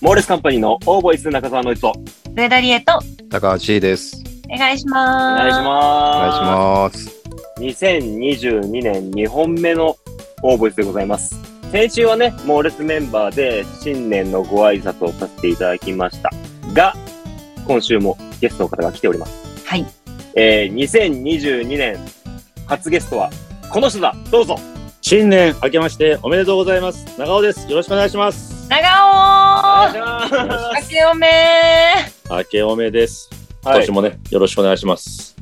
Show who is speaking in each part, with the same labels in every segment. Speaker 1: モーレスカンパニーのオーボイス中澤の一歩。
Speaker 2: 上田理恵と
Speaker 3: 高橋です。
Speaker 2: お願いし
Speaker 1: お
Speaker 2: ます。
Speaker 1: 願いし
Speaker 3: お願いし
Speaker 1: ま
Speaker 3: ます。
Speaker 1: す。2022年2本目のオーボイスでございます。先週はね、モーレスメンバーで新年のご挨拶をさせていただきましたが、今週もゲストの方が来ております。
Speaker 2: はい。
Speaker 1: えー、2022年初ゲストはこの人だどうぞ
Speaker 4: 新年明けましておめでとうございます。長尾です。よろしくお願いします。
Speaker 2: 長尾
Speaker 1: 願いしま
Speaker 2: 明けおめ
Speaker 4: 明けおめです。
Speaker 1: す
Speaker 4: 今
Speaker 1: はい
Speaker 4: 年、もね、よろしくお願いします。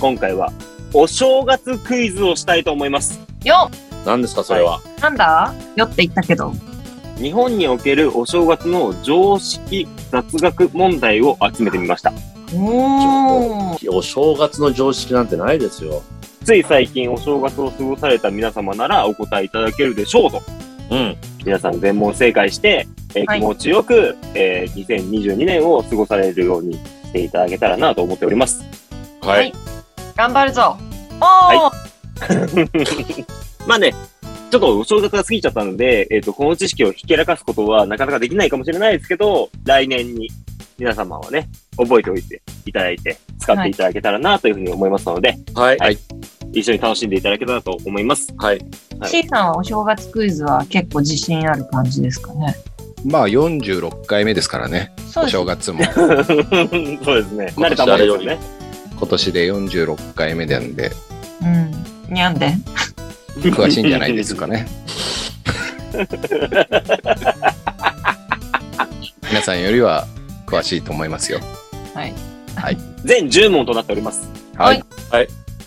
Speaker 1: 今回はお正月クイズをしたいと思います。
Speaker 2: よ
Speaker 4: 何ですか、それは。
Speaker 2: なんだよって言ったけど。
Speaker 1: 日本におけるお正月の常識雑学問題を集めてみました。
Speaker 2: おー。
Speaker 4: お正月の常識なんてないですよ。
Speaker 1: つい最近お正月を過ごされた皆様ならお答えいただけるでしょうと。
Speaker 4: うん。
Speaker 1: 皆さん全問正解して、えー
Speaker 2: はい
Speaker 1: 気持ちよく、えー2022年を過ごされるようにしていただけたらなと思っております。
Speaker 4: はい。
Speaker 2: はい頑張るぞ。おー、
Speaker 1: まあね、ちょっとお正月が過ぎちゃったので、えっ、と、この知識をひけらかすことはなかなかできないかもしれないですけど、来年に皆様はね、覚えておいていただいて、使っていただけたらなというふうに思いますので、
Speaker 4: はい。
Speaker 1: は
Speaker 4: はいい。
Speaker 1: 一緒に楽しんでいただけたらと思います。
Speaker 4: はい。
Speaker 1: はい
Speaker 2: C さんはお正月クイズは結構自信ある感じですかね。
Speaker 3: まあ46回目ですからね。
Speaker 2: そう
Speaker 3: お
Speaker 2: です
Speaker 3: 正。月も
Speaker 1: そうですね。慣れたもんですね。
Speaker 3: 今年で46回目なんで
Speaker 2: うん。にゃんで。
Speaker 3: 詳しいんじゃないですかね。皆さんよりは詳しいと思いますよ。
Speaker 2: はい。
Speaker 1: 全10問となっております。
Speaker 3: はい。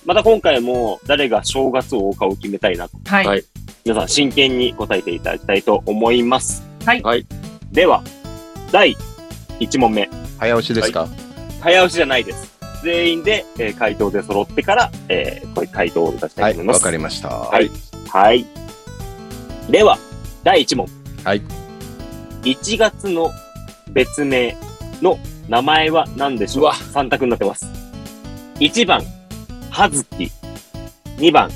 Speaker 1: また今回も誰が正月を追うかを決めたいなと。
Speaker 2: はい。
Speaker 4: はい
Speaker 1: 皆さん真剣に答えていただきたいと思います。
Speaker 2: はい
Speaker 4: はい。
Speaker 1: では、第1問目。
Speaker 3: 早押しですか、
Speaker 1: 早押しじゃないです。全員で、えー回答で揃ってから、えーこれ回答を出した
Speaker 3: はいい。
Speaker 1: と思
Speaker 3: わ、
Speaker 1: います。
Speaker 3: かりました。
Speaker 1: いはい。では、第1問。
Speaker 3: はい。
Speaker 1: 1月の別名の名前は何でしょう
Speaker 4: うわ
Speaker 1: ?3 択になってます。1番、はずき。2番、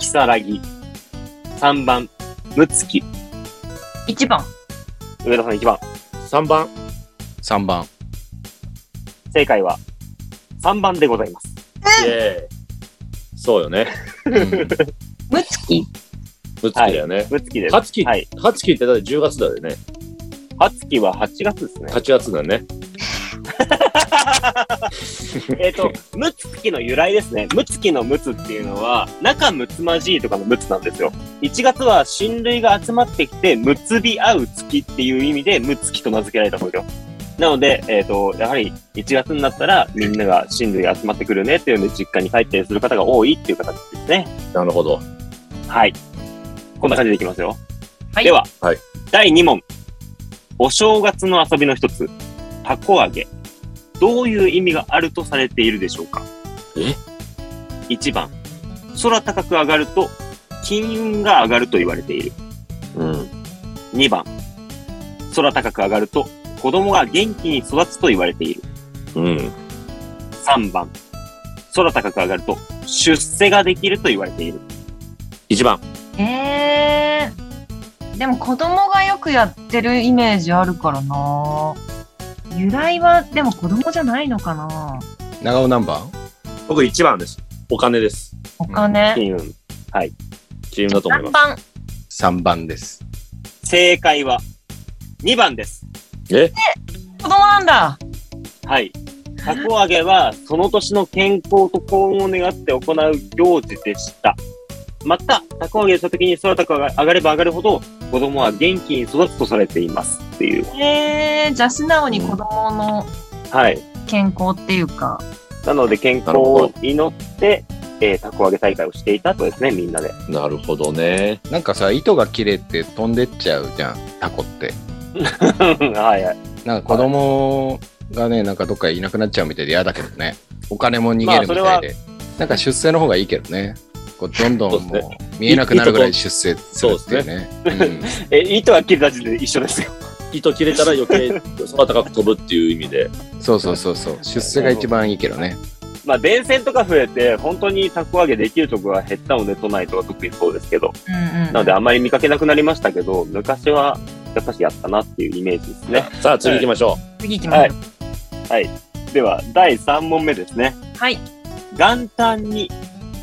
Speaker 1: きさらぎ。3番、むつき。
Speaker 2: 一番。
Speaker 1: 上田さん1番。
Speaker 4: 3番。
Speaker 3: 3番。
Speaker 1: 正解は3番でございます。
Speaker 4: イェーイ。そうよね。
Speaker 3: うん
Speaker 2: むつき。
Speaker 4: ぶつきだよね。
Speaker 1: むつきです。
Speaker 4: はつき、
Speaker 1: はい。
Speaker 4: はつきってだって10月だよね。
Speaker 1: はつきは8月ですね。
Speaker 4: 8月だね。
Speaker 1: えっと、むつきの由来ですね。むつきのむつっていうのは、仲むつまじいとかのむつなんですよ。1月は親類が集まってきて、結び合う月っていう意味で、むつきと名付けられたそうですよ。なので、えっ、と、やはり1月になったら、みんなが親類が集まってくるねっていうので、実家に帰ったりする方が多いっていう形ですね。
Speaker 4: なるほど。
Speaker 1: はい。こんな感じでいきますよ。
Speaker 2: はい
Speaker 1: では、
Speaker 4: はい
Speaker 1: 第2問。お正月の遊びの一つ、たこ揚げ。どういう意味があるとされているでしょうか
Speaker 4: え
Speaker 1: ?1 番、空高く上がると、金運が上がると言われている。
Speaker 4: うん。
Speaker 1: 2番、空高く上がると、子供が元気に育つと言われている。
Speaker 4: うん。
Speaker 1: 3番、空高く上がると、出世ができると言われている。
Speaker 4: 1番。
Speaker 2: えー。でも子供がよくやってるイメージあるからな。由来は、でも子供じゃないのかな。
Speaker 3: 長尾何番
Speaker 4: 僕1番です。お金です。
Speaker 2: お金。
Speaker 1: 金運。
Speaker 4: チームだと思いま
Speaker 2: 3番。
Speaker 3: ?3 番です。
Speaker 1: 正解は、2番です。
Speaker 4: す。え
Speaker 2: 子供なんだ。
Speaker 1: はい。たこ揚げは、その年の健康と幸運を願って行う行事でした。また、たこ揚げをした時に空高が上がれば上がるほど、子供は元気に育つとされています。っていう。
Speaker 2: えー、じゃあ素直に子供の
Speaker 1: はい。
Speaker 2: 健康っていうか、
Speaker 1: なので、健康を祈って、えーたこ揚げ大会をしていたとですね、みんなで。
Speaker 4: なるほどね。
Speaker 3: なんかさ、糸が切れて飛んでっちゃうじゃん、タコって。
Speaker 1: はいはい。
Speaker 3: なんか子供がね、なんかどっかいなくなっちゃうみたいで嫌だけどね。お金も逃
Speaker 1: ま
Speaker 3: げ
Speaker 1: あ
Speaker 3: る
Speaker 1: そ
Speaker 3: み
Speaker 1: れ
Speaker 3: た
Speaker 1: はい
Speaker 3: で。なんか出世の方がいいけどね。こうどんどん
Speaker 4: そうです
Speaker 3: もう見えなくなるぐらい出世するっていうね。
Speaker 1: え、糸は切れた時点で一緒ですよ。
Speaker 4: 糸切れたら余計 空高く飛ぶっていう意味で。
Speaker 3: うんそうそうそうそう。出世が一番いいけどね。
Speaker 1: まあ、電線とか増えて、本当にたこ揚げできるとこが減ったので、都内とか特にそうですけど。
Speaker 2: うんうん、
Speaker 1: なのであまり見かけなくなりましたけど、昔はやっぱしやったなっていうイメージですね。
Speaker 4: さあ、次行きましょ
Speaker 2: 次行きましょう。
Speaker 1: では、第3問目ですね。
Speaker 2: はい。
Speaker 1: 元旦に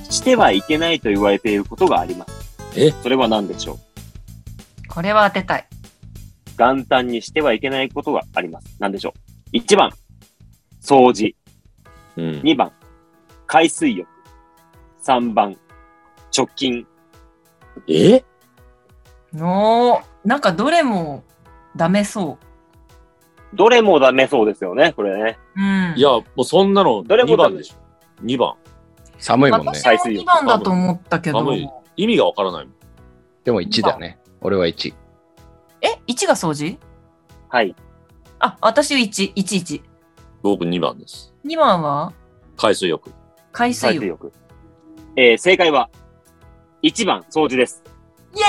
Speaker 1: してはいけないと言われていることがあります。
Speaker 4: え
Speaker 1: それは何でしょう
Speaker 2: これは当てたい。
Speaker 1: 元旦にしてはいけないことがあります。何でしょう ?1 番、掃除。
Speaker 4: う。うん。
Speaker 1: 2番、海水浴。3番、直近。
Speaker 4: え
Speaker 2: おー、なんかどれもダメそ
Speaker 1: どれもダメそうですよね、これね。
Speaker 2: う。うん。
Speaker 4: いや、もうそんなの
Speaker 1: どれも
Speaker 4: 2
Speaker 1: ダメ
Speaker 4: 番でしょ。2番。
Speaker 3: 寒いもんね
Speaker 2: 私。も2番だと思ったけど
Speaker 4: 寒。い意味がわからないもん。
Speaker 3: でも1だね。俺は1。
Speaker 2: え、1が掃除
Speaker 1: はい。
Speaker 2: あ、私1、1、1。
Speaker 4: 僕2番です。
Speaker 2: 2番は
Speaker 4: 海水浴。
Speaker 2: 海
Speaker 1: 海
Speaker 2: 水浴
Speaker 1: 水。浴。えー、正解は、1番、掃除です。
Speaker 2: イ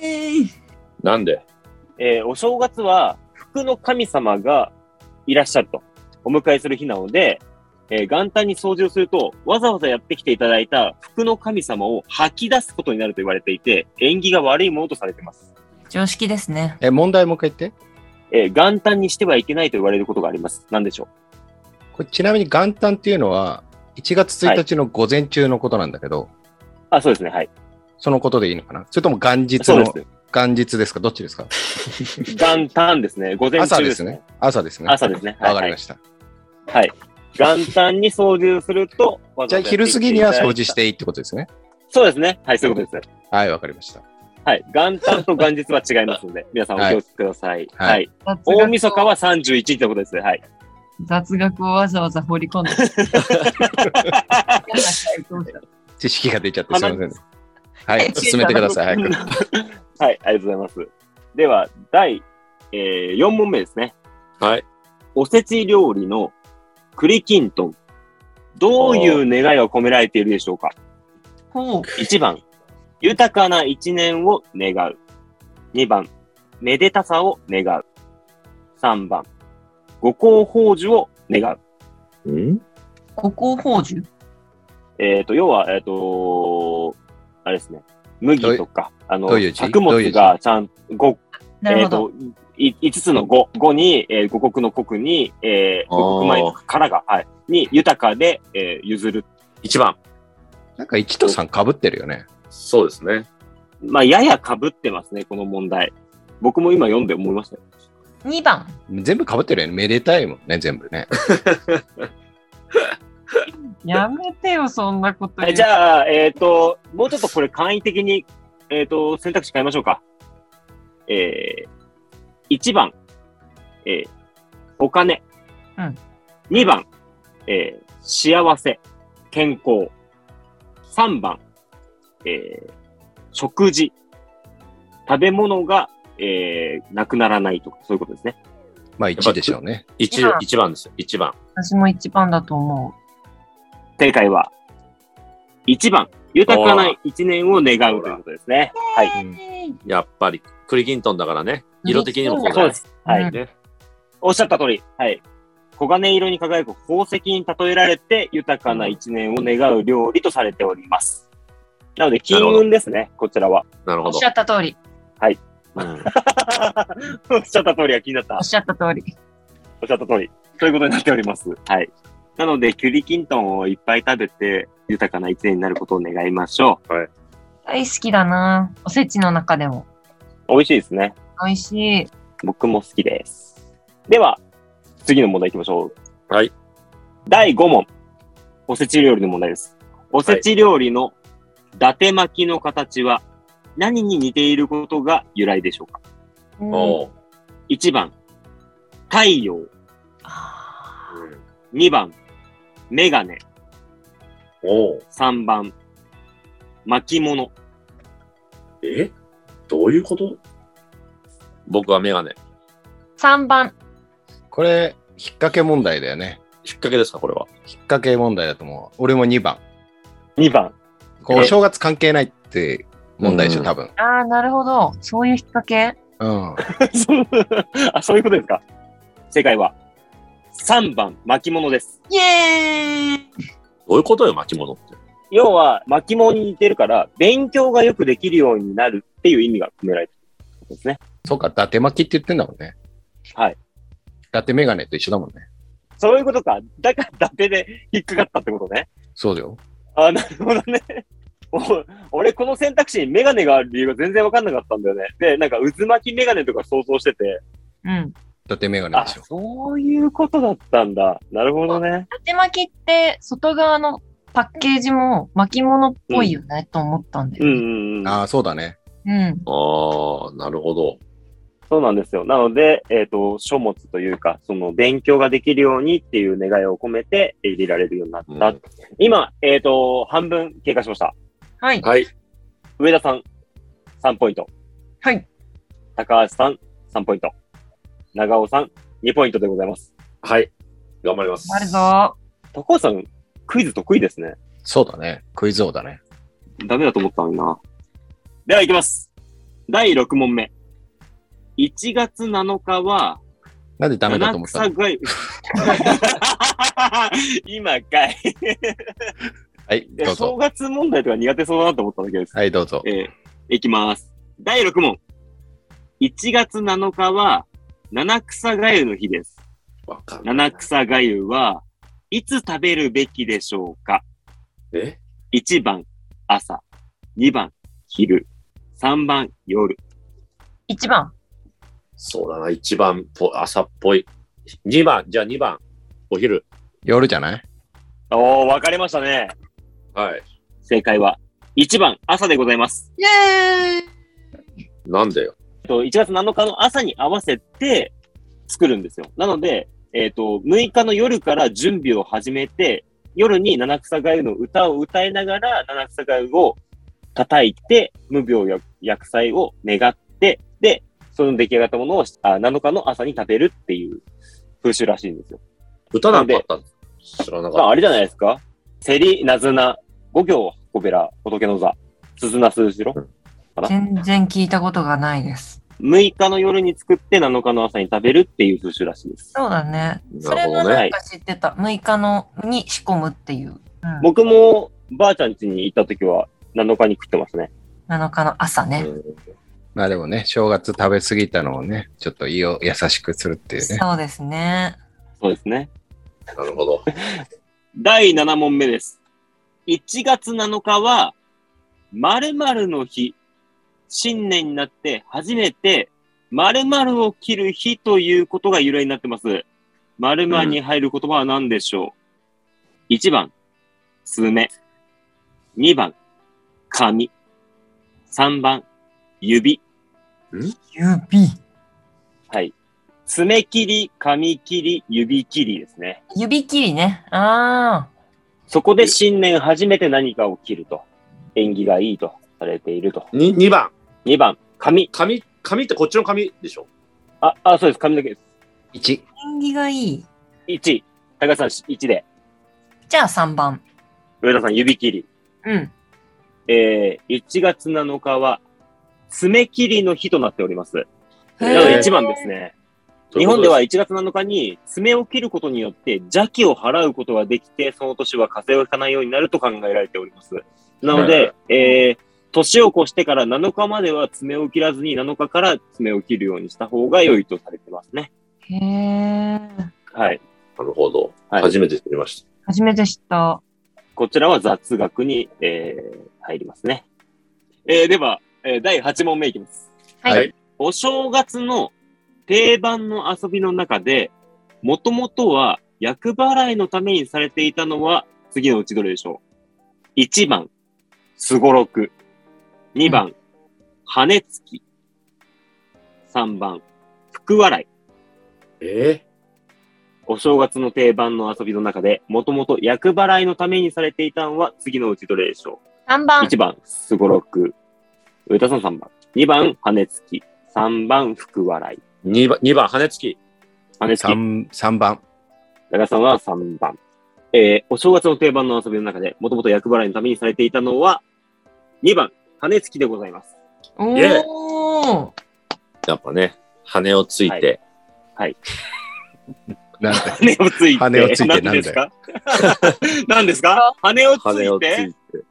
Speaker 2: エーイ
Speaker 4: なんで
Speaker 1: えーお正月は福の神様がいらっしゃると、お迎えする日なので、えー元旦に掃除をすると、わざわざやってきていただいた福の神様を吐き出すことになると言われていて、縁起が悪いものとされています。
Speaker 2: 常識ですね。
Speaker 3: え、問題もう一回言って。
Speaker 1: えー元旦にしてはいけないと言われることがあります。何でしょ
Speaker 3: これちなみに元旦っていうのは、1月1日の午前中のことなんだけど、
Speaker 1: うあ、そうですね。はい。
Speaker 3: そのことでいいのかなそれとも元日
Speaker 1: そう
Speaker 3: の、
Speaker 1: で
Speaker 3: 元日ですかどっちですか
Speaker 1: す。元旦ですね。午前
Speaker 3: 朝
Speaker 1: 中
Speaker 3: で
Speaker 1: ですすね
Speaker 3: ね。。朝ですね。
Speaker 1: 朝ですね。
Speaker 3: わ
Speaker 1: は
Speaker 3: か
Speaker 1: いは
Speaker 3: りま
Speaker 1: い。
Speaker 3: した。
Speaker 1: はい。元旦に掃除をすると、。
Speaker 3: じゃあ昼過ぎには掃除してていいってことですね。
Speaker 1: そうですね。はい、そういうことです。
Speaker 3: はい、わかりました。
Speaker 1: はい。元旦と元日は違いますので、皆さんお気をつけください。
Speaker 3: はい
Speaker 1: はい。大晦日は31日ということですね。はい。
Speaker 2: 雑学をわざわざ放り込んで。
Speaker 3: 知識が出ちゃってすいませんね。はい、
Speaker 2: え
Speaker 3: 進めてください、早く。
Speaker 1: はい、ありがとうございます。では、第、え4問目ですね。
Speaker 4: はい。
Speaker 1: おせち料理の栗きんとん。どういう願いが込められているでしょうか
Speaker 2: ほう。
Speaker 1: ?1 番、豊かな一年を願う。2番、めでたさを願う。3番、五行宝珠を願う。
Speaker 4: うん
Speaker 2: 五行宝珠
Speaker 1: えっ、と、要は、えっ、とあれですね、麦とか、あの
Speaker 3: どういう、字
Speaker 1: 作
Speaker 3: どうい
Speaker 1: 物
Speaker 3: う字
Speaker 1: がちゃん、ご、
Speaker 2: なる
Speaker 1: え
Speaker 2: ほ
Speaker 1: っ、
Speaker 2: ど。
Speaker 1: と、い5つの五五に、えー、五穀の国に、えー、
Speaker 4: あー
Speaker 1: 五穀米からが、はい、に豊かで、えー、譲る。
Speaker 4: ?1 番。
Speaker 3: なんか1と3かぶってるよね。
Speaker 4: そうですね。
Speaker 1: まあ、やや被ってますね、この問題。僕も今読んで思いましたよ。
Speaker 2: 2番。
Speaker 3: 全部かぶってるよね。めでたいもんね、全部ね。
Speaker 2: やめてよ、そんなこと
Speaker 1: はい、じゃあ、えっ、と、もうちょっとこれ簡易的に、えっ、と、選択肢変えましょうか。えー、1番、えー、お金。
Speaker 2: うん
Speaker 1: 2番、えー、幸せ、健康。3番、えー、食事。食べ物が、えー、なくならないとか、そういうことですね。
Speaker 3: まあ1でしょうね。
Speaker 4: 一
Speaker 2: 一番
Speaker 4: 一番ですよ。1番。
Speaker 2: 私も1番だと思。。
Speaker 1: 正解は、1番、豊かな一年を願うということですね。はいう
Speaker 3: うん
Speaker 4: やっぱり。栗きんとんだからね。色的にも
Speaker 2: 栗きん
Speaker 1: そ
Speaker 2: と
Speaker 1: うんです。はい。
Speaker 2: うん
Speaker 4: ね。
Speaker 1: おっしゃった通り、はい。黄金色に輝く宝石に例えられて、豊かな一年を願う料理とされております。なので、金運ですね、こちらは。
Speaker 4: なる
Speaker 2: お
Speaker 4: ほ
Speaker 2: っ
Speaker 4: ど
Speaker 2: し。ゃった通り。
Speaker 1: お
Speaker 4: うん
Speaker 1: っしゃった通りが気になった
Speaker 2: おっ。しゃった通り。
Speaker 1: おっしゃった通り。ということになっております。はい。なので、キュリキントンをいっぱい食べて、豊かな一年になることを願いましょ
Speaker 2: 大好きだな。おせちの中でも。
Speaker 1: う。美味しいですね。
Speaker 2: 美味しい。
Speaker 1: 僕も好きです。では、次の問題行きましょう。
Speaker 4: はい。
Speaker 1: 第5問。おせち料理の問題です。おせち料理の伊達巻きの形は何に似ていることが由来でしょうか
Speaker 4: おう
Speaker 1: ?1 番、太陽。
Speaker 2: あ
Speaker 1: 2番、メガネ。
Speaker 4: おう
Speaker 1: 3番、巻物。
Speaker 4: えどういうこと僕はメガネ。
Speaker 2: ー3番。
Speaker 3: これ、引っ掛け問題だよね。
Speaker 4: 引っ掛けですか、これは。
Speaker 3: 引っ掛け問題だと思う。俺も2番。
Speaker 1: 2番。
Speaker 3: こう
Speaker 1: え
Speaker 3: お正月関係ないって問題でし
Speaker 4: う
Speaker 3: ょ、
Speaker 4: ん
Speaker 3: 多分。
Speaker 2: ああ、なるほど。そういう引っ掛け。
Speaker 3: うん。
Speaker 1: そうあ、そういうことですか正解は、3番、巻物です。
Speaker 2: イエーイ
Speaker 4: どういうことよ、巻物って。
Speaker 1: 要は、巻物に似てるから、勉強がよくできるようになるっていう意味が込められてるんですね。
Speaker 3: そうか、伊達巻きって言ってんだもんね。
Speaker 1: はい。
Speaker 3: 伊達メガネと一緒だもんね。
Speaker 1: そういうことか。だから、伊達で引っかかったってことね。
Speaker 3: そうだよ。
Speaker 1: あ、なるほどね。お俺、この選択肢にメガネがある理由が全然わかんなかったんだよね。で、なんか渦巻きメガネとか想像してて、
Speaker 2: うん。
Speaker 3: 伊達メガネ
Speaker 1: あ、
Speaker 3: でしょ。
Speaker 1: そういうことだったんだ。なるほどね。
Speaker 2: 縦巻きって、外側のパッケージも巻物っぽいよね、と思ったんだ
Speaker 1: う
Speaker 2: よ
Speaker 1: ん
Speaker 2: ね。
Speaker 1: うんうん。
Speaker 3: ああ、そうだね。
Speaker 2: うん。
Speaker 4: ああ、なるほど。
Speaker 1: そうなんですよ。なので、えっ、と、書物というか、その勉強ができるようにっていう願いを込めて入れられるようになった。
Speaker 4: うん
Speaker 1: 今、えっ、と、半分経過しました。
Speaker 2: はい。
Speaker 4: はい。
Speaker 1: 上田さん、3ポイント。
Speaker 2: はい。
Speaker 1: 高橋さん、3ポイント。長尾さん、2ポイントでございます。
Speaker 4: はい。頑張ります。
Speaker 2: あるぞ。
Speaker 1: 高橋さん、クイズ得意ですね。
Speaker 3: そうだね。クイズ王だね。
Speaker 1: ダメだと思ったのにな。では、いきます。第6問目。1月7日は、
Speaker 3: なんでダメだと思った
Speaker 1: 七
Speaker 3: の
Speaker 1: 草が ゆ今かい。
Speaker 3: はい、
Speaker 1: いや
Speaker 3: ど
Speaker 1: 正
Speaker 3: うぞ。
Speaker 1: 月問題とか苦手そうだなと思っただけです。
Speaker 3: はい、どうぞ。
Speaker 1: えーいきます。第6問。1月7日は、七草がゆの日です。
Speaker 4: わかんない
Speaker 1: 七草がゆは、いつ食べるべきでしょうか
Speaker 4: え
Speaker 1: ?1 番、朝。2番、昼。3番、夜。
Speaker 2: 1番。
Speaker 4: そうだな。一番ぽ、朝っぽい。二番、じゃあ二番。お昼。
Speaker 3: 夜じゃない
Speaker 1: おー、分かれましたね。
Speaker 4: はい。
Speaker 1: 正解は、1番、朝でございます。
Speaker 2: イェーイ
Speaker 4: なんだよ。
Speaker 1: えっと1月7日の朝に合わせて作るんですよ。なので、えっ、と、6日の夜から準備を始めて、夜に七草がゆの歌を歌いながら、七草がゆを叩いて、無病や薬剤を願って、で、その出来上がったものをあ7日の朝に食べるっていう風習らしいんですよ。
Speaker 4: 歌なんかあったの知らな
Speaker 1: ま
Speaker 4: か
Speaker 1: あ、
Speaker 4: っ
Speaker 1: あれじゃないですか。セリ、ナズナ、五行、小べら、仏の座、鈴名鈴代。
Speaker 2: 全然聞いたことがないです。
Speaker 1: 6日の夜に作って7日の朝に食べるっていう風習らしいです。
Speaker 2: そうだね。そ
Speaker 4: な
Speaker 2: れ
Speaker 4: るほどね
Speaker 2: はなんか知ってた。6日のに仕込むっていう。うん
Speaker 1: 僕もばあちゃん家に行った時は7日に食ってますね。
Speaker 2: 7日の朝
Speaker 4: た。
Speaker 2: ね。
Speaker 4: うん
Speaker 3: まあでもね、正月食べ過ぎたのをね、ちょっと胃を優しくするっていうね。
Speaker 2: そうですね。
Speaker 1: そうですね。
Speaker 4: なるほど。
Speaker 1: 第7問目です。1月7日は、〇〇の日。新年になって初めて〇〇を切る日ということが由来になってます。〇〇に入る言葉は何でしょう、?1 番、爪。2番、髪。3番、指。
Speaker 2: 指。
Speaker 1: はい。爪切り、髪切り、指切りですね。
Speaker 2: 指切りね。あ
Speaker 1: そこで新年初めて何かを切ると。縁起がいいとされていると。
Speaker 4: に二番。
Speaker 1: 2番、髪。
Speaker 4: 紙、紙ってこっちの紙でしょ
Speaker 1: あ、あ、そうです。髪だけです。
Speaker 3: 1。
Speaker 2: あ。縁起がいい。
Speaker 1: 1位。高橋さん1で。
Speaker 2: じゃあ3番。
Speaker 1: 上田さん指切り。
Speaker 2: うん。
Speaker 1: えー、1月7日は、爪切りの日となっております。な
Speaker 2: へ
Speaker 1: の
Speaker 4: え
Speaker 1: で
Speaker 4: ー
Speaker 1: 1番ですね。
Speaker 4: どう
Speaker 1: 日
Speaker 4: いうこ
Speaker 1: 本
Speaker 4: と
Speaker 1: ですは1月7日に爪を切ることによって邪気を払うことができて、その年は風邪をひかないようになると考えられております。なので、えー年を越してから7日までは爪を切らずに7日から爪を切るようにした方が良いとされてますね。
Speaker 2: へえ。
Speaker 1: はい。
Speaker 4: なるほど。
Speaker 1: はい
Speaker 4: 初めて知りまし
Speaker 2: 初めて知った。
Speaker 1: こちらは雑学に、えー入りますね。えーでは、えー第8問目いきます。
Speaker 4: た。
Speaker 2: はい。
Speaker 1: お正月の定番の遊びの中で、もともとは厄払いのためにされていたのは次のうちどれでしょう ?1 番、すごろく。2番、羽根つき。3番、福笑い。
Speaker 4: え
Speaker 1: お正月の定番の遊びの中で、もともと厄払いのためにされていたのは次のうちどれでしょ
Speaker 2: 3
Speaker 1: う
Speaker 2: 番。
Speaker 1: ?1 番、すごろく。上田さん3番。2番、羽根つき。3番、福笑い。
Speaker 4: ー、二番、二番、羽根つき。
Speaker 1: 羽根つき。
Speaker 3: 3、三番。
Speaker 1: 長さんは3番。えー、お正月の定番の遊びの中で、もともと厄払いのためにされていたのは、2番、羽付きでございます。
Speaker 2: おー。
Speaker 4: やっぱね、羽をついて。
Speaker 3: なんで
Speaker 1: 羽をついて。
Speaker 3: 羽をついて
Speaker 1: 何ですか 何ですか羽をつ
Speaker 4: 羽を
Speaker 1: い
Speaker 4: つい
Speaker 1: て
Speaker 4: て。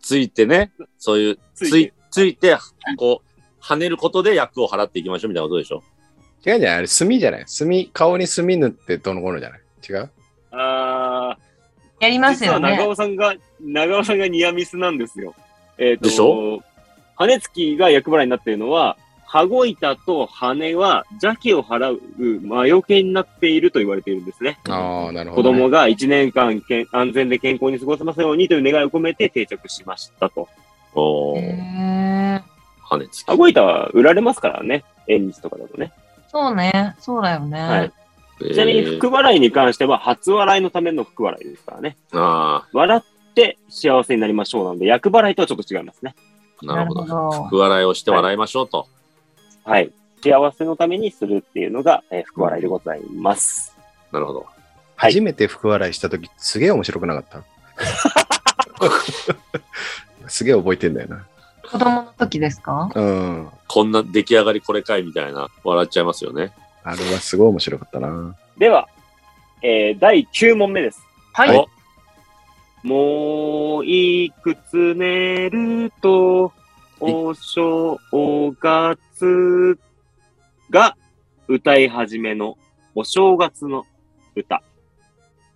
Speaker 4: ついてね、そういう、
Speaker 1: ついて
Speaker 4: つい、ついて、こう、跳ねることで役を払っていきましょうみたいなことでしょ
Speaker 3: 違うんじゃないあれ、炭じゃない炭、顔に炭塗ってどの頃じゃない違う
Speaker 1: あ
Speaker 2: やり
Speaker 1: ー、
Speaker 2: ます
Speaker 1: 実
Speaker 2: よ
Speaker 1: は長
Speaker 2: ね。
Speaker 1: 尾さんが、長尾さんがニアミスなんですよ。えっ、と、
Speaker 4: でしょ
Speaker 1: 羽付きが役払いになっているのは、羽子板と羽は邪気を払う魔除けになっていると言われているんですね。
Speaker 3: ああ、なるほ
Speaker 1: 子
Speaker 3: どね、
Speaker 1: 供が1年間けん安全で健康に過ごせますようにという願いを込めて定着しましたと。
Speaker 4: お
Speaker 2: へ
Speaker 4: ー、
Speaker 2: ー
Speaker 4: 跳ねつき。
Speaker 1: 羽子板は売られますからね。縁日とかだとね。
Speaker 2: そうね。そうだよね。
Speaker 1: はいちなみに
Speaker 4: えー
Speaker 1: 福払いに関しては、初笑いのための福笑いですからね。
Speaker 4: あ
Speaker 1: 笑って幸せになりましょうなんで、厄払いとはちょっと違いますね。
Speaker 4: あ、なるほど。
Speaker 2: なるほど
Speaker 4: 福笑いをして笑いましょうと。
Speaker 1: はい。幸せのためにするっていうのが、えー福笑いでございます。
Speaker 4: なるほど。
Speaker 1: はい
Speaker 3: 初めて福笑いしたとき、すげえ面白くなかったすげえ覚えてんだよな。
Speaker 2: 子供の時ですか
Speaker 3: うん。
Speaker 4: こんな出来上がりこれかいみたいな、笑っちゃいますよね。
Speaker 3: あれはすごい面白かったな。
Speaker 1: では、えー第9問目です。
Speaker 2: はい。
Speaker 4: お
Speaker 1: もういくつ寝ると、お正月が歌い始めのお正月の歌。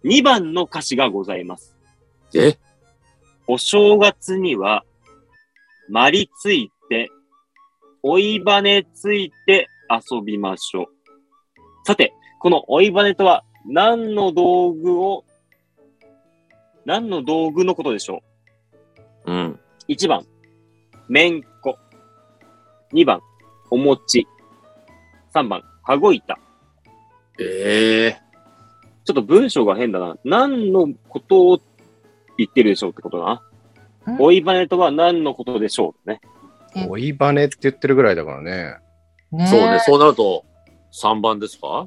Speaker 1: 2番の歌詞がございます。
Speaker 4: え
Speaker 1: お正月には、まりついて、追いばねついて遊びましょう。さて、この追いばねとは何の道具を、何の道具のことでしょ
Speaker 4: うん。
Speaker 1: う ?1 番、めんこ。2番、お餅。3番、羽子板。
Speaker 4: ええ
Speaker 1: ちょっと文章が変だな。何のことを言ってるでしょうってことだ
Speaker 2: う
Speaker 1: な。
Speaker 2: ん
Speaker 1: 追いばねとは何のことでしょうね。
Speaker 2: うん
Speaker 3: 追いバネって言ってるぐらいだからね。
Speaker 2: ね
Speaker 4: そうね。そうなると、3番ですか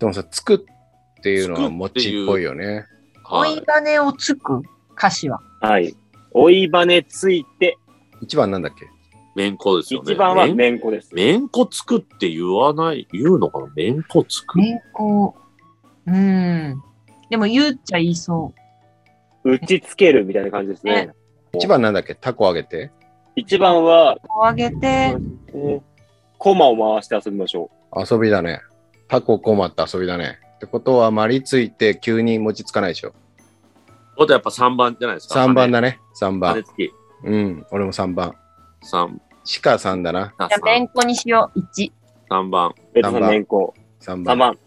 Speaker 3: でもさ、つくっていうのは
Speaker 4: つくってい
Speaker 3: 餅
Speaker 4: う
Speaker 3: っぽいよね。
Speaker 2: 追
Speaker 4: はい
Speaker 2: い。金をつく歌詞は。
Speaker 1: はい。追いバネついて、
Speaker 3: 一番なんだっけ
Speaker 4: めんこですよね。
Speaker 1: 一番は
Speaker 4: めん
Speaker 1: めんこです。
Speaker 4: めんこつくって言わない、言うのかなめんこつく。
Speaker 2: 年功。うん。でも言っちゃ言いそ
Speaker 1: 打ちつけるみたいな感じですね
Speaker 2: ね。
Speaker 3: 一番なんだっけタコあげて
Speaker 1: 一番は
Speaker 2: う。、こうあげて、
Speaker 1: えーコマを回して遊びましょ
Speaker 3: 遊びだね。タココマって遊びだね。ってことは、まりついて急に餅つかないでしょ。
Speaker 4: あとやっぱ3番じゃないですか。
Speaker 3: 3番だ
Speaker 4: だ。
Speaker 3: ね。3
Speaker 4: 羽根
Speaker 3: 番。
Speaker 4: つき。
Speaker 3: うん、俺も3番。
Speaker 4: 三
Speaker 3: シカさんだな。
Speaker 4: あ
Speaker 2: じゃあ、めんこにしよう。1。
Speaker 4: 三3番。
Speaker 1: う。ベトさん
Speaker 3: 三番
Speaker 1: めんこ。
Speaker 3: 3
Speaker 1: 3
Speaker 3: 番。
Speaker 1: 番。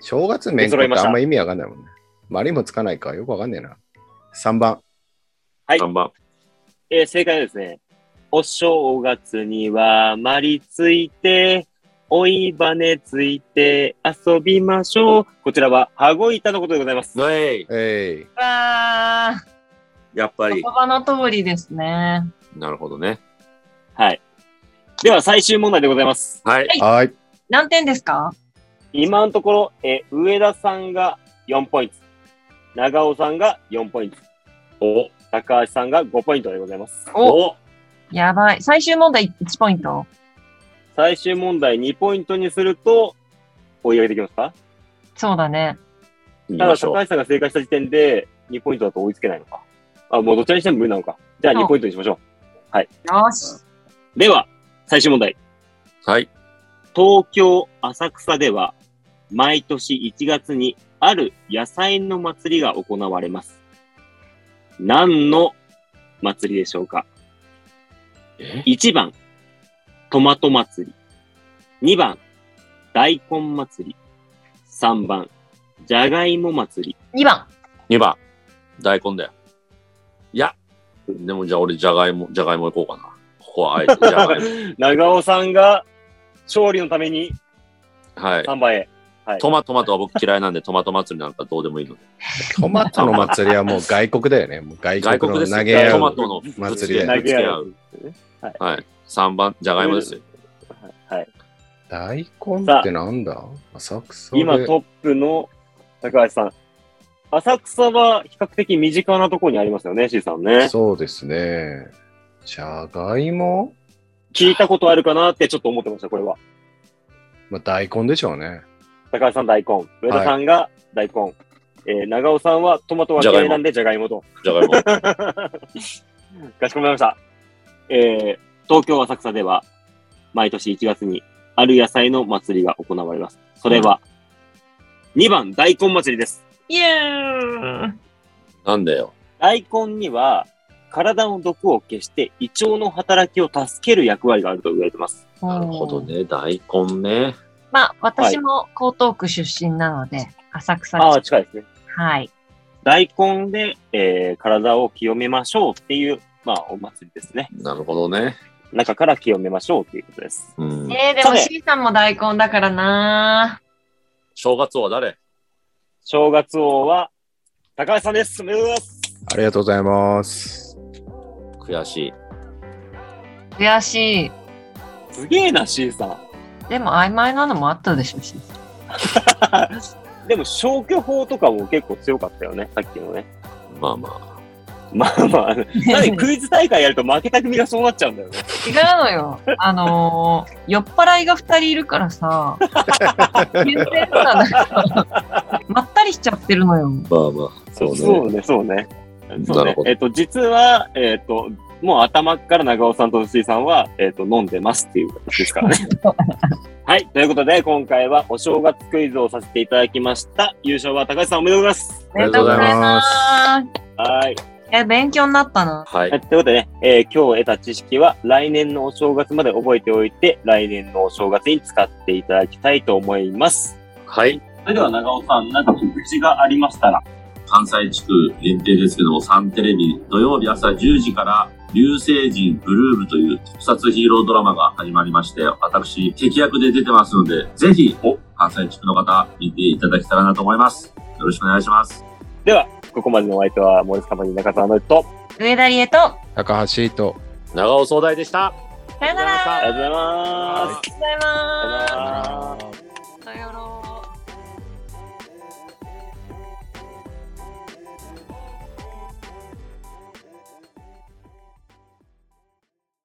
Speaker 3: 正月めんこってあんま意味わかんないもんね。まりもつかないかよくわかんねえな。3番。
Speaker 1: はい
Speaker 4: 3番。
Speaker 1: えー正解はですね。お正月にはまりついて、追いバネついて遊びましょう。こちらは羽子板のことでございます。
Speaker 4: えい
Speaker 3: え
Speaker 2: わー。
Speaker 4: やっぱ
Speaker 2: 言。
Speaker 4: り
Speaker 2: 葉の通りですね。
Speaker 4: なるほどね。
Speaker 1: はい。では最終問題でございます。
Speaker 4: はい。
Speaker 3: い。はい。
Speaker 2: 何点ですか
Speaker 1: 今のところ、えー上田さんが4ポイント、長尾さんが4ポイント、
Speaker 4: お
Speaker 1: 高橋さんが5ポイントでございます。
Speaker 2: お
Speaker 4: お
Speaker 2: やばい。最終問題1ポイント。
Speaker 1: 最終問題2ポイントにすると、追い上げてきますか
Speaker 2: そうだね。
Speaker 4: 見
Speaker 1: た
Speaker 4: ま
Speaker 1: だ、
Speaker 4: しょ
Speaker 1: 高
Speaker 4: う。
Speaker 1: 橋さんが正解した時点で、2ポイントだと追いつけないのか。あ、もうどちらにしても無理なのか。じゃあ
Speaker 2: そう
Speaker 1: 2ポイントにしましょ
Speaker 2: よし。
Speaker 1: う。では、最終問題。
Speaker 4: はい。
Speaker 1: 東京・浅草では、毎年1月にある野菜の祭りが行われます。何の祭りでしょうか
Speaker 4: え
Speaker 1: ?1 番、トマト祭り。2番、大根祭り。3番、じゃがいも祭り。
Speaker 2: 2番。
Speaker 4: 2番。大根だよ。いや。でもじゃあ俺、じゃがいも、じゃがいもいこうかな。ここはあえ て、じゃがいも。
Speaker 1: 長尾さんが勝利のために
Speaker 4: はい。
Speaker 1: 3番へ。はい。
Speaker 4: トマトマトは僕嫌いなんで、トマト祭りなんかどうでもいいので。
Speaker 3: トマトの祭りはもう外国だよね。もう外
Speaker 4: 外
Speaker 3: 国
Speaker 4: 国
Speaker 3: の
Speaker 4: です
Speaker 3: 投
Speaker 4: よ
Speaker 3: げ合
Speaker 4: ト
Speaker 3: う
Speaker 4: マトのぶつ
Speaker 3: 祭
Speaker 4: け
Speaker 3: りだよ
Speaker 4: 合う。
Speaker 1: 投
Speaker 4: ぶつ
Speaker 1: げ
Speaker 4: け
Speaker 1: 合
Speaker 4: 合う。
Speaker 1: う。
Speaker 4: はい。3番、じゃがいもですよ。
Speaker 1: はい。
Speaker 3: 大根ってなんだ浅草で
Speaker 1: 今トップの高橋さん。浅草は比較的身近なところにありますよね、C さんね。
Speaker 3: そうですね。じゃがいも、
Speaker 1: 聞いたことあるかなってちょっと思ってました、これは。
Speaker 3: まあ、大根でしょうね。
Speaker 1: 高橋さん大根。上田さんが大根。えー長尾さんはトマトは嫌いなんでじゃがいもと。
Speaker 4: じゃがい も。
Speaker 1: かしこまりました。えー東京浅草では、毎年1月にある野菜の祭りが行われます。それは、2番、大根祭りです。
Speaker 2: イエーイ
Speaker 4: なんだよ。
Speaker 1: 大根には、体の毒を消して胃腸の働きを助ける役割があると言われてます。
Speaker 4: なるほど。ね。大根ね。
Speaker 2: まあ、私も江東区出身なので、浅草
Speaker 1: ああ、
Speaker 2: 地区。
Speaker 1: 近いですね。
Speaker 2: はい。
Speaker 1: 大根で、えー体を清めましょうっていう、まあ、お祭りですね。
Speaker 4: なるほどね。
Speaker 1: 中から清めましょうっていうことです。
Speaker 4: うん。
Speaker 2: えー、で
Speaker 1: さ
Speaker 2: も
Speaker 1: て
Speaker 2: C さんも大根だからな
Speaker 4: 正月は誰
Speaker 1: 正月王は、高橋さんです。おめでとうございます。
Speaker 3: ありがとうございます。
Speaker 4: 悔しい。
Speaker 2: 悔しい。
Speaker 1: すげえな、C さん。
Speaker 2: でも曖昧なのもあったでしょ、C さん。
Speaker 1: でも消去法とかも結構強かったよね、さっきのね。
Speaker 4: まあま
Speaker 1: まあまあ、 何クイズ大会やると負けた組がそうなっちゃうんだよね。
Speaker 2: 違うのよ。あのー、酔っ払いが2人いるからさ、全然さ、なんか、まったりしちゃってるのよ。
Speaker 4: あ。まあまあ。そう
Speaker 1: そ
Speaker 4: ね。
Speaker 1: うね、そうね。そう
Speaker 4: なる
Speaker 1: ね
Speaker 4: ほ。ど
Speaker 1: えっ、と、実は、えっ、と、もう頭から長尾さんと吉井さんは、えっ、と、飲んでますっていう形です からね。はい。ということで、今回はお正月クイズをさせていただきました。優勝は高橋さんおめでとうございます。
Speaker 2: ありがとうございます。
Speaker 1: はい。
Speaker 2: え、勉強になったな。
Speaker 4: は
Speaker 1: はい
Speaker 4: い。
Speaker 1: ということでね、えー今日得た知識は来年のお正月まで覚えておいて、来年のお正月に使っていただきたいと思います。
Speaker 4: はい。
Speaker 1: それでは長尾さん、なんか告知がありましたら、
Speaker 4: 関西地区限定ですけども、サンテレビ土曜日朝10時から、流星人ブルームという特撮ヒーロードラマが始まりまして、私、敵役で出てますので、ぜひ、お、関西地区の方、見ていただけたらなと思います。よろしくお願いします。
Speaker 1: では、ここまでのお相手は、森様に中澤のりと、
Speaker 2: 上田理恵と、
Speaker 3: 高橋と
Speaker 4: 長尾総大でした。
Speaker 2: さよなら。
Speaker 1: ありがとうございます。
Speaker 2: ありがとうございます。
Speaker 1: あー